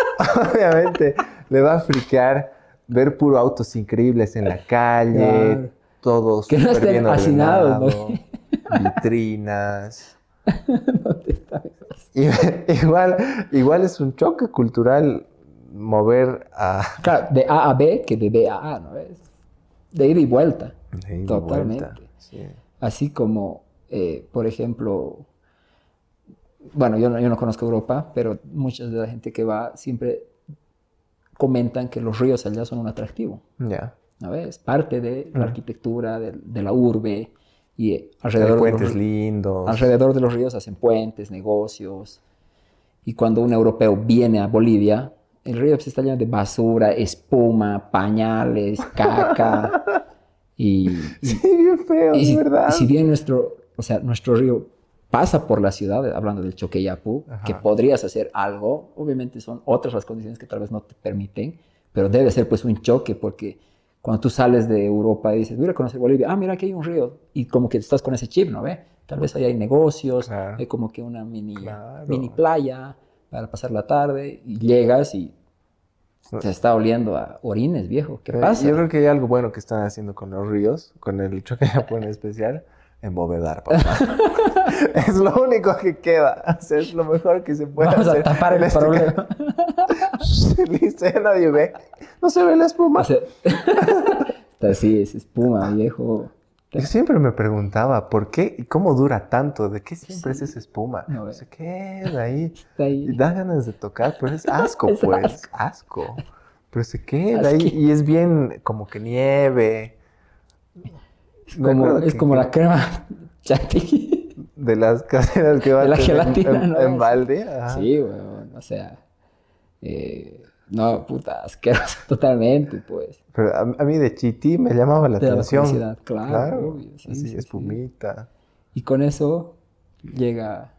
Obviamente le va a friquear ver puro autos increíbles en la
Claro.
calle, todos
Que no
súper
estén
bien
hacinados, ¿no?
ordenado, vitrinas.
No te estás-
Y- igual, igual es un choque cultural mover a...
Claro, de A a B que de B a A, ¿no ves? De ida y vuelta.
de ida y
Totalmente.
vuelta. Sí.
Así como, eh, por ejemplo, bueno, yo no, yo no conozco Europa, pero mucha de la gente que va siempre comentan que los ríos allá son un atractivo.
Ya.
¿no ve? Es parte de la
Ujú.
arquitectura, de, de la urbe, y eh,
Hay
alrededor, de los,
puentes
ri-
lindos.
alrededor de los ríos hacen puentes, negocios. Y cuando un europeo viene a Bolivia, el río pues, está lleno de basura, espuma, pañales, caca. Y,
Sí, bien feo,
y
es
si,
¿verdad?
y si bien nuestro, o sea, nuestro río pasa por la ciudad, hablando del Choqueyapu,
Ajá.
que podrías hacer algo, obviamente son otras las condiciones que tal vez no te permiten, pero debe ser pues un choque porque cuando tú sales de Europa y dices, voy a ir a conocer Bolivia, ah, mira, aquí hay un río, y como que estás con ese chip, ¿no ve? Tal vez ahí hay negocios,
Claro.
hay como que una mini,
Claro.
mini playa para pasar la tarde, y llegas y te está oliendo a orines, viejo, ¿qué
Eh,
pasa?
Yo creo que hay algo bueno que están haciendo con los ríos, con el choque de Japón en especial, embovedar, papá. es lo único que queda. O sea, es lo mejor que se puede
Vamos
hacer.
a tapar el
Este-
problema.
Listo, ya nadie ve. No se ve la espuma.
O sea, está así, es espuma, viejo.
Yo siempre me preguntaba, ¿por qué y cómo dura tanto? ¿De qué siempre es esa espuma?
No,
No se queda ahí.
Está
Y
ahí.
da ganas de tocar, pero es asco,
Es
pues. Asco. Pero se queda ahí
Asqui.
y es bien como que nieve. Me
Como,
acuerdo
es
que-
como la crema chantilly.
De las caseras que van
la
a tener
gelatina,
en,
¿no?
en balde. ajá.
Sí, weón, o sea. eh, no, puta, asqueroso totalmente, pues.
Pero a, a mí de chití me llamaba la
Te daba
atención.
curiosidad, claro, obvio, sí,
así,
sí, sí.
espumita.
Y con eso llega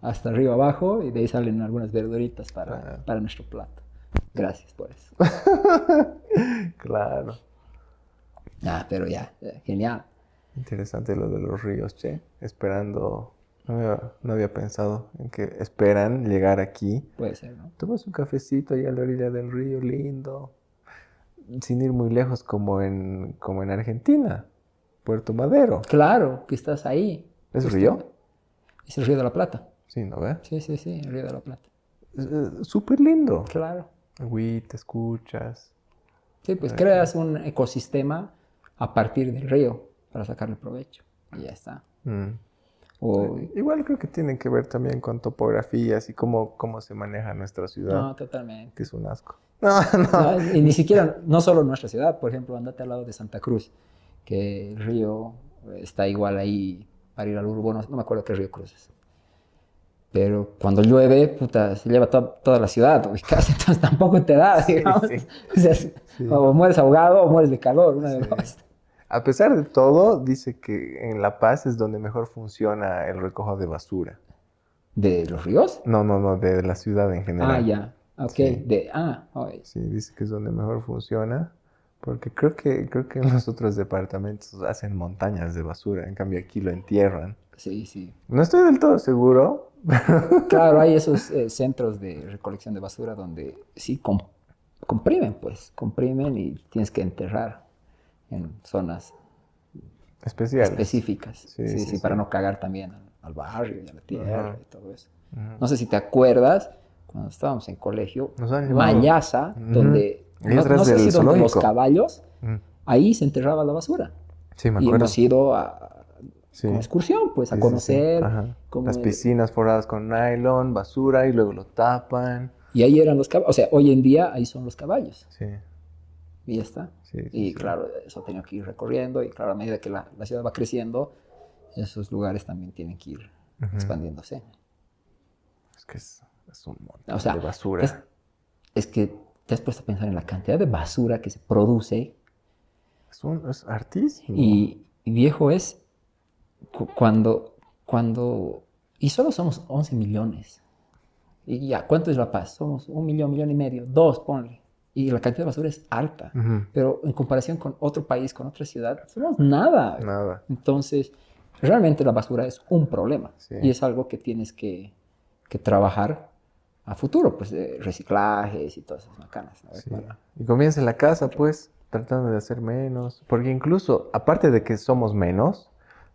hasta arriba abajo y de ahí salen algunas verduritas para,
Ah.
para nuestro plato. Gracias por eso.
Claro.
Ah, pero ya, eh, genial.
Interesante lo de los ríos, che. Esperando. No había, no había pensado en que esperan llegar aquí.
Puede ser, ¿no?
Tomas un cafecito ahí a la orilla del río, lindo. Sin ir muy lejos, como en, como en Argentina. Puerto Madero.
Claro, que estás ahí.
¿Es río?
Este, Es el Río de la Plata.
Sí, ¿no ve?
Sí, sí, sí, el Río de la Plata.
Es- es Súper lindo.
Claro.
Agüita, escuchas.
Sí, pues creas un ecosistema a partir del río para sacarle provecho. Y ya está.
Mm.
O,
Igual creo que tienen que ver también con topografías y cómo, cómo se maneja nuestra ciudad,
no, totalmente.
que es un asco. No, no.
No, y ni siquiera, no solo en nuestra ciudad, por ejemplo, andate al lado de Santa Cruz, que el río está igual ahí para ir al Urbo, no, no me acuerdo qué río cruzas. Pero cuando llueve, puta, se lleva to- toda la ciudad, ubicás, entonces tampoco te da, digamos.
sí.
O, sea, es- o mueres ahogado o mueres de calor, una de dos.
A pesar de todo, dice que en La Paz es donde mejor funciona el recojo de basura.
¿De los ríos?
No, no, no, de la ciudad en general.
Ah, ya. Ok,
Sí.
de... Ah, oye.
Sí, dice que es donde mejor funciona, porque creo que, creo que en los otros departamentos hacen montañas de basura, en cambio aquí lo entierran.
Sí, sí.
No estoy del todo seguro.
Claro, hay esos eh, centros de recolección de basura donde sí com- comprimen, pues, comprimen y tienes que enterrar en zonas
Especial.
específicas. Sí,
Sí,
sí,
sí, sí.
para no cagar también al, al barrio y a la tierra
Ajá.
y todo eso.
Ujú.
No sé si te acuerdas, cuando estábamos en colegio,
Nos han llevado.
Mayaza,
Ujú.
donde,
Ahí
no,
atrás
no sé
del
si donde los
zoológico.
caballos,
Mm.
ahí se enterraba la basura.
Sí, me
Y
acuerdo.
hemos ido a,
Sí.
como excursión, pues, a
Sí, sí, sí.
conocer
Ajá.
cómo
Las
era-
piscinas forradas con nylon, basura y luego lo tapan.
Y ahí eran los caballos. O sea, hoy en día ahí son los caballos.
Sí,
Y ya está.
sí. sí,
Y
sí.
claro, eso ha tenido que ir recorriendo. Y claro, a medida que la, la ciudad va creciendo, esos lugares también tienen que ir
Ujú.
expandiéndose.
Es que es, es un montón
O sea,
de basura.
es- Es que te has puesto a pensar en la cantidad de basura que se produce.
Es, un, es artísimo.
Y, y viejo es cu- cuando, cuando... Y solo somos 11 millones. Y ya, ¿cuánto es La Paz? Somos un millón, millón y medio, dos, ponle. Y la cantidad de basura es alta.
Ujú.
pero en comparación con otro país, con otra ciudad, somos nada.
Nada.
Entonces, realmente la basura es un problema
Sí.
y es algo que tienes que, que trabajar a futuro, pues de reciclajes y todas esas macanas. ¿no?
Sí.
Para-
Y comienza en la casa, pues, tratando de hacer menos. Porque incluso, aparte de que somos menos,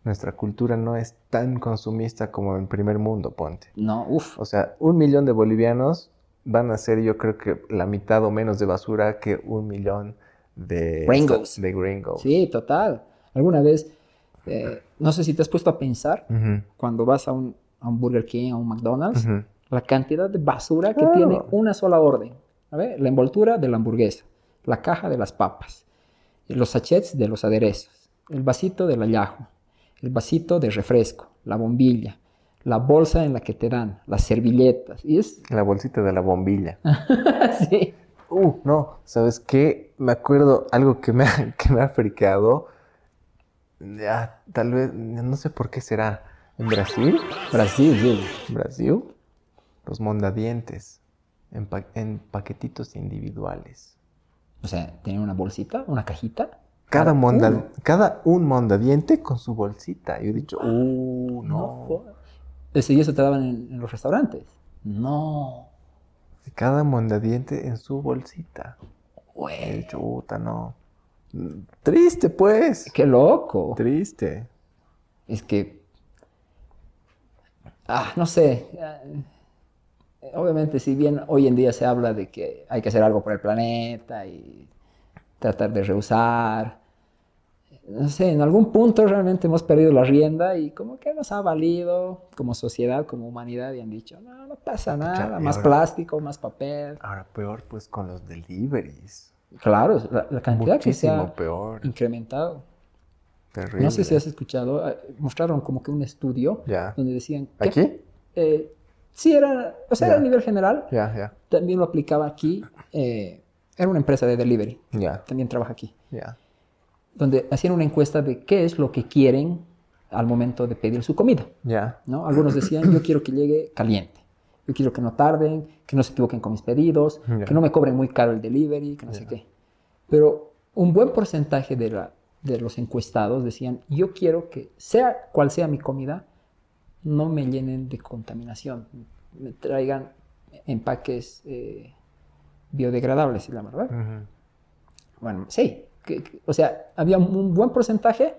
nuestra cultura no es tan consumista como en primer mundo, ponte.
No, uff,
O sea, un millón de bolivianos van a ser, yo creo que la mitad o menos de basura que un millón de
Gringos.
De gringos.
sí, total. Alguna vez, eh, no sé si te has puesto a pensar
Ujú,
cuando vas a un, a un Burger King, a un McDonald's,
ujú.
la cantidad de basura que
Claro.
tiene una sola orden. A ver, La envoltura de la hamburguesa, la caja de las papas, los sachets de los aderezos, el vasito del ayajo, el vasito de refresco, la bombilla, la bolsa en la que te dan, las servilletas. Y es
La bolsita de la bombilla.
así.
Uh, no, ¿sabes qué? Me acuerdo algo que me ha, que me ha friqueado. Ya, tal vez, no sé por qué será. ¿En Brasil?
Brasil, sí.
¿En Brasil? Los mondadientes. En, pa- en paquetitos individuales.
O sea, tener una bolsita, una cajita.
Cada, monda-
uno.
cada un mondadiente con su bolsita. Yo he dicho, uh,
No.
no.
jodas. Ese y eso te daban en, en los restaurantes. No.
Cada mondadiente en su bolsita. He
Güey.
dicho, puta, no. Mm, Triste, pues.
Qué loco.
Triste.
Es que. Ah, no sé. Eh, Obviamente, si bien hoy en día se habla de que hay que hacer algo por el planeta y tratar de rehusar, no sé, en algún punto realmente hemos perdido la rienda y como que nos ha valido como sociedad, como humanidad y han dicho, no, no pasa nada,
y
más
ahora-
plástico, más papel.
Ahora peor, pues, con los deliveries.
Claro, la, la cantidad que se
Muchísimo
ha
peor.
incrementado.
Terrible.
No sé si has escuchado, eh, mostraron como que un estudio
Ya.
donde decían que
¿Aquí?
eh, sí, era, o sea, era a
Ya.
nivel general.
Ya, ya.
También lo aplicaba aquí. eh, era una empresa de delivery.
Ya,
También trabaja aquí.
ya.
Donde hacían una encuesta de qué es lo que quieren al momento de pedir su comida.
Ya.
¿no? Algunos decían, yo quiero que llegue caliente. Yo quiero que no tarden, que no se equivoquen con mis pedidos,
Ya.
que no me cobren muy caro el delivery, que no sé
Ya.
qué. Pero un buen porcentaje de, la- de los encuestados decían, yo quiero que sea cual sea mi comida, no me llenen de contaminación, me traigan empaques eh, biodegradables, se llama, ¿verdad?
Ujú.
Bueno, sí. que- que- o sea, había un buen porcentaje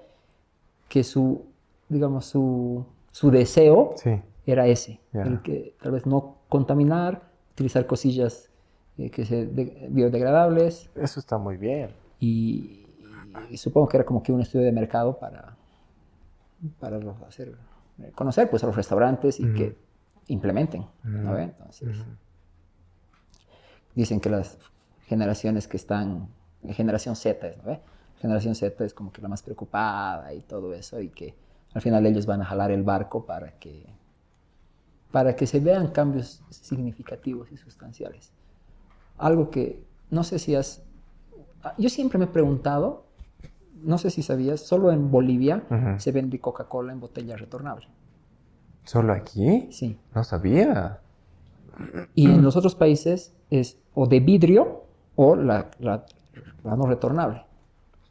que su, digamos, su, su deseo
Sí.
era ese,
Ya.
el que tal vez no contaminar, utilizar cosillas eh, que se de- biodegradables
Eso está muy bien.
y, y supongo que era como que un estudio de mercado para, para los hacer conocer pues a los restaurantes y
Ujú.
que implementen, ¿no
Ujú.
ve? Entonces,
Ujú.
dicen que las generaciones que están, la generación Z es, ¿no ve? La generación Z es como que la más preocupada y todo eso y que al final ellos van a jalar el barco para que, para que se vean cambios significativos y sustanciales. Algo que no sé si has... ah, Yo siempre me he preguntado, no sé si sabías, solo en Bolivia
Ujú.
se vende Coca-Cola en botella retornable.
¿Solo aquí?
Sí.
No sabía.
Y en los otros países es o de vidrio o la, la- la no retornable.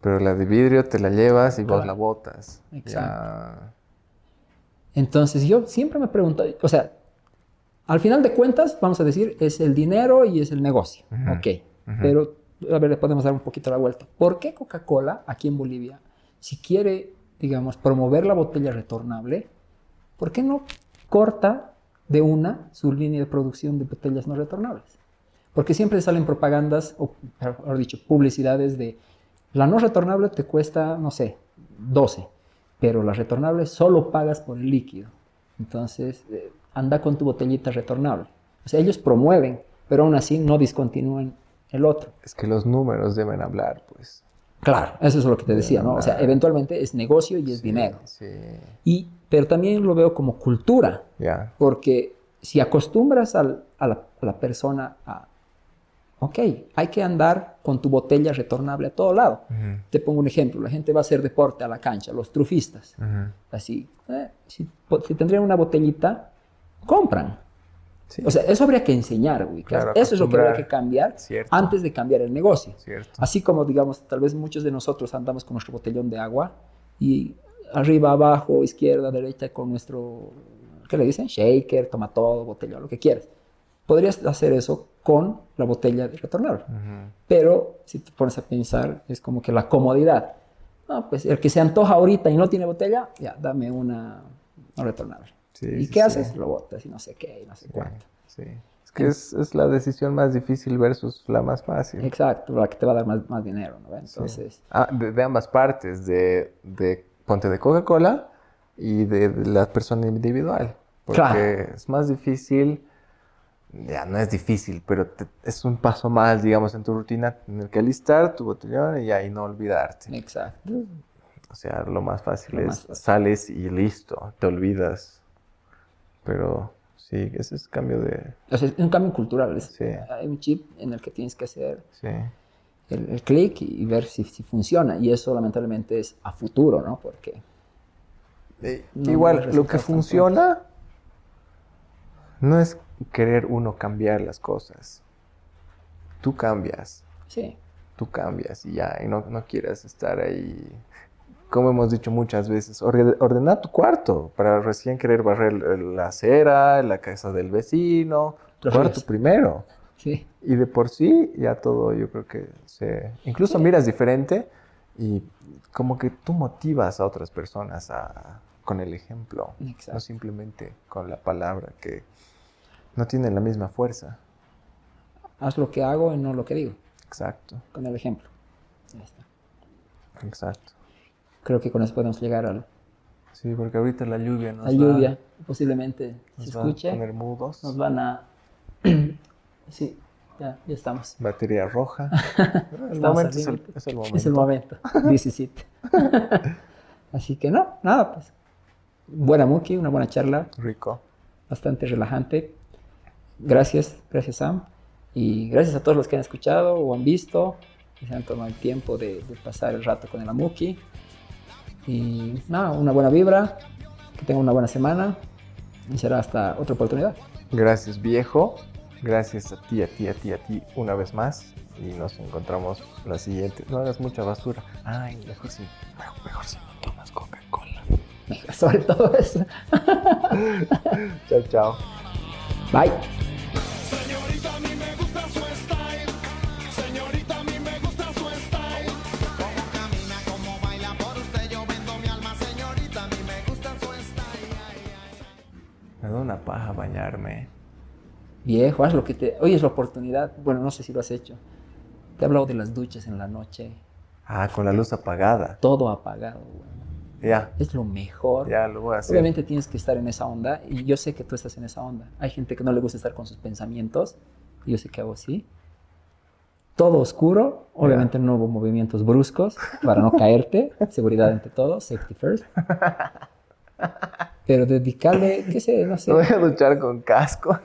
Pero la de vidrio te la llevas y
Claro.
vos la botas.
Exacto. Entonces yo siempre me pregunto, o sea, al final de cuentas, vamos a decir, es el dinero y es el negocio.
Ujú,
Ok.
ujú.
Pero, a ver, le podemos dar un poquito la vuelta. ¿Por qué Coca-Cola aquí en Bolivia, si quiere, digamos, promover la botella retornable, ¿por qué no corta de una su línea de producción de botellas no retornables? Porque siempre salen propagandas, o mejor dicho, publicidades de la no retornable te cuesta, no sé, 12, pero la retornable solo pagas por el líquido. Entonces, eh, anda con tu botellita retornable. O sea, ellos promueven, pero aún así no discontinúan el otro.
Es que los números deben hablar, pues.
Claro, eso es lo que te decía, ¿no? O sea,
claro.
eventualmente es negocio y es
Sí,
dinero.
Sí.
Y, pero también lo veo como cultura.
Ya.
Porque si acostumbras al- a, la, a la persona a, ok, hay que andar con tu botella retornable a todo lado.
Ujú,
Te pongo un ejemplo, la gente va a hacer deporte a la cancha, los trufistas,
ujú.
así, eh, si, po- si tendrían una botellita, compran.
Sí.
O sea, eso habría que enseñar, güey.
Claro,
eso es lo que habría que
acostumbrar.
cambiar
Cierto.
antes de cambiar el negocio.
Cierto.
Pues, Así como, digamos, tal vez muchos de nosotros andamos con nuestro botellón de agua y arriba, abajo, izquierda, derecha, con nuestro, ¿qué le dicen? Shaker, toma todo, botellón, lo que quieras. Podrías hacer eso con la botella de retornable.
Ujú.
Pero si te pones a pensar, es como que la comodidad. No, pues el que se antoja ahorita y no tiene botella, ya, dame una no retornable.
Sí,
¿Y
sí,
qué
sí.
haces? Lo botas y no sé qué, y no sé
Sí,
cuánto.
sí. Es que es, es la decisión más difícil versus la más fácil.
Exacto, la que te va a dar más, más dinero, ¿no?
Sí.
Entonces...
Ah, de, de ambas partes, de, de ponte de Coca-Cola y de, de la persona individual. Porque
Claro.
es más difícil, ya no es difícil, pero te- es un paso más, digamos, en tu rutina, tener que alistar tu botellón y ahí no olvidarte.
Exacto.
O sea, lo más fácil
Lo
es
más fácil.
sales y listo, te olvidas. Pero Sí, ese es cambio de...
O sea, es un cambio cultural. es-
Sí.
Hay un chip en el que tienes que hacer
Sí,
el, el clic y ver si, si funciona. Y eso lamentablemente es a futuro, ¿no? Porque
Eh,
No, no
Igual, lo
resulta
que
tan
funciona no es querer uno cambiar las cosas. Tú cambias,
sí,
tú cambias y ya, y no, no quieras estar ahí. Como hemos dicho muchas veces, orde- ordena tu cuarto para recién querer barrer el- la acera, la casa del vecino, tu
Los
cuarto
ríos.
primero.
sí.
Y de por sí, ya todo yo creo que se... Incluso miras diferente y como que tú motivas a otras personas a, con el ejemplo, no
Exacto.
simplemente con la palabra que no tiene la misma fuerza.
Haz lo que hago y no lo que digo,
Exacto,
con el ejemplo. Ya está.
exacto.
Creo que con eso podemos llegar al-
Sí, porque ahorita la lluvia nos
a la
va-
lluvia. Posiblemente se
nos va a
escuche.
poner mudos.
Nos van a... sí, ya, ya estamos.
Batería roja. el
Estamos
momento es
al
el,
límite.
es el
Es el
momento.
momento. This is it. Así que no, nada, pues. Buena Muki, una buena charla,
Rico.
bastante relajante. Gracias, gracias Sam. Y gracias a todos los que han escuchado o han visto, que se han tomado el tiempo de, de pasar el rato con el Amuki. Y nada, una buena vibra, que tengan una buena semana y será hasta otra oportunidad.
Gracias viejo, gracias a ti, a ti, a ti, a ti una vez más y nos encontramos la siguiente. No hagas mucha basura. Ay, mejor si, mejor, mejor si no tomas Coca-Cola.
Sobre todo eso.
Chao, chao.
Bye.
Señorita, a mí me gusta su style. Señorita, a mí me gusta su style. Cómo camina, cómo baila por usted. Yo vendo mi alma, señorita, a mí me gusta su style. Ay, ay, ay.
Me da una paja bañarme.
Viejo, haz lo que te... Hoy es la oportunidad. Bueno, no sé si lo has hecho. Te he hablado de las duchas en la noche.
Ah, con la luz apagada.
Todo apagado, güey.
Ya,
Es lo mejor.
ya lo voy a hacer.
Obviamente tienes que estar en esa onda. Y yo sé que tú estás en esa onda. Hay gente que no le gusta estar con sus pensamientos. Y yo sé que hago así. Todo oscuro. Obviamente no hubo movimientos bruscos para no caerte. Seguridad ante todo. Safety first. Pero dedicarle, qué sé, no sé.
Me voy a duchar con casco.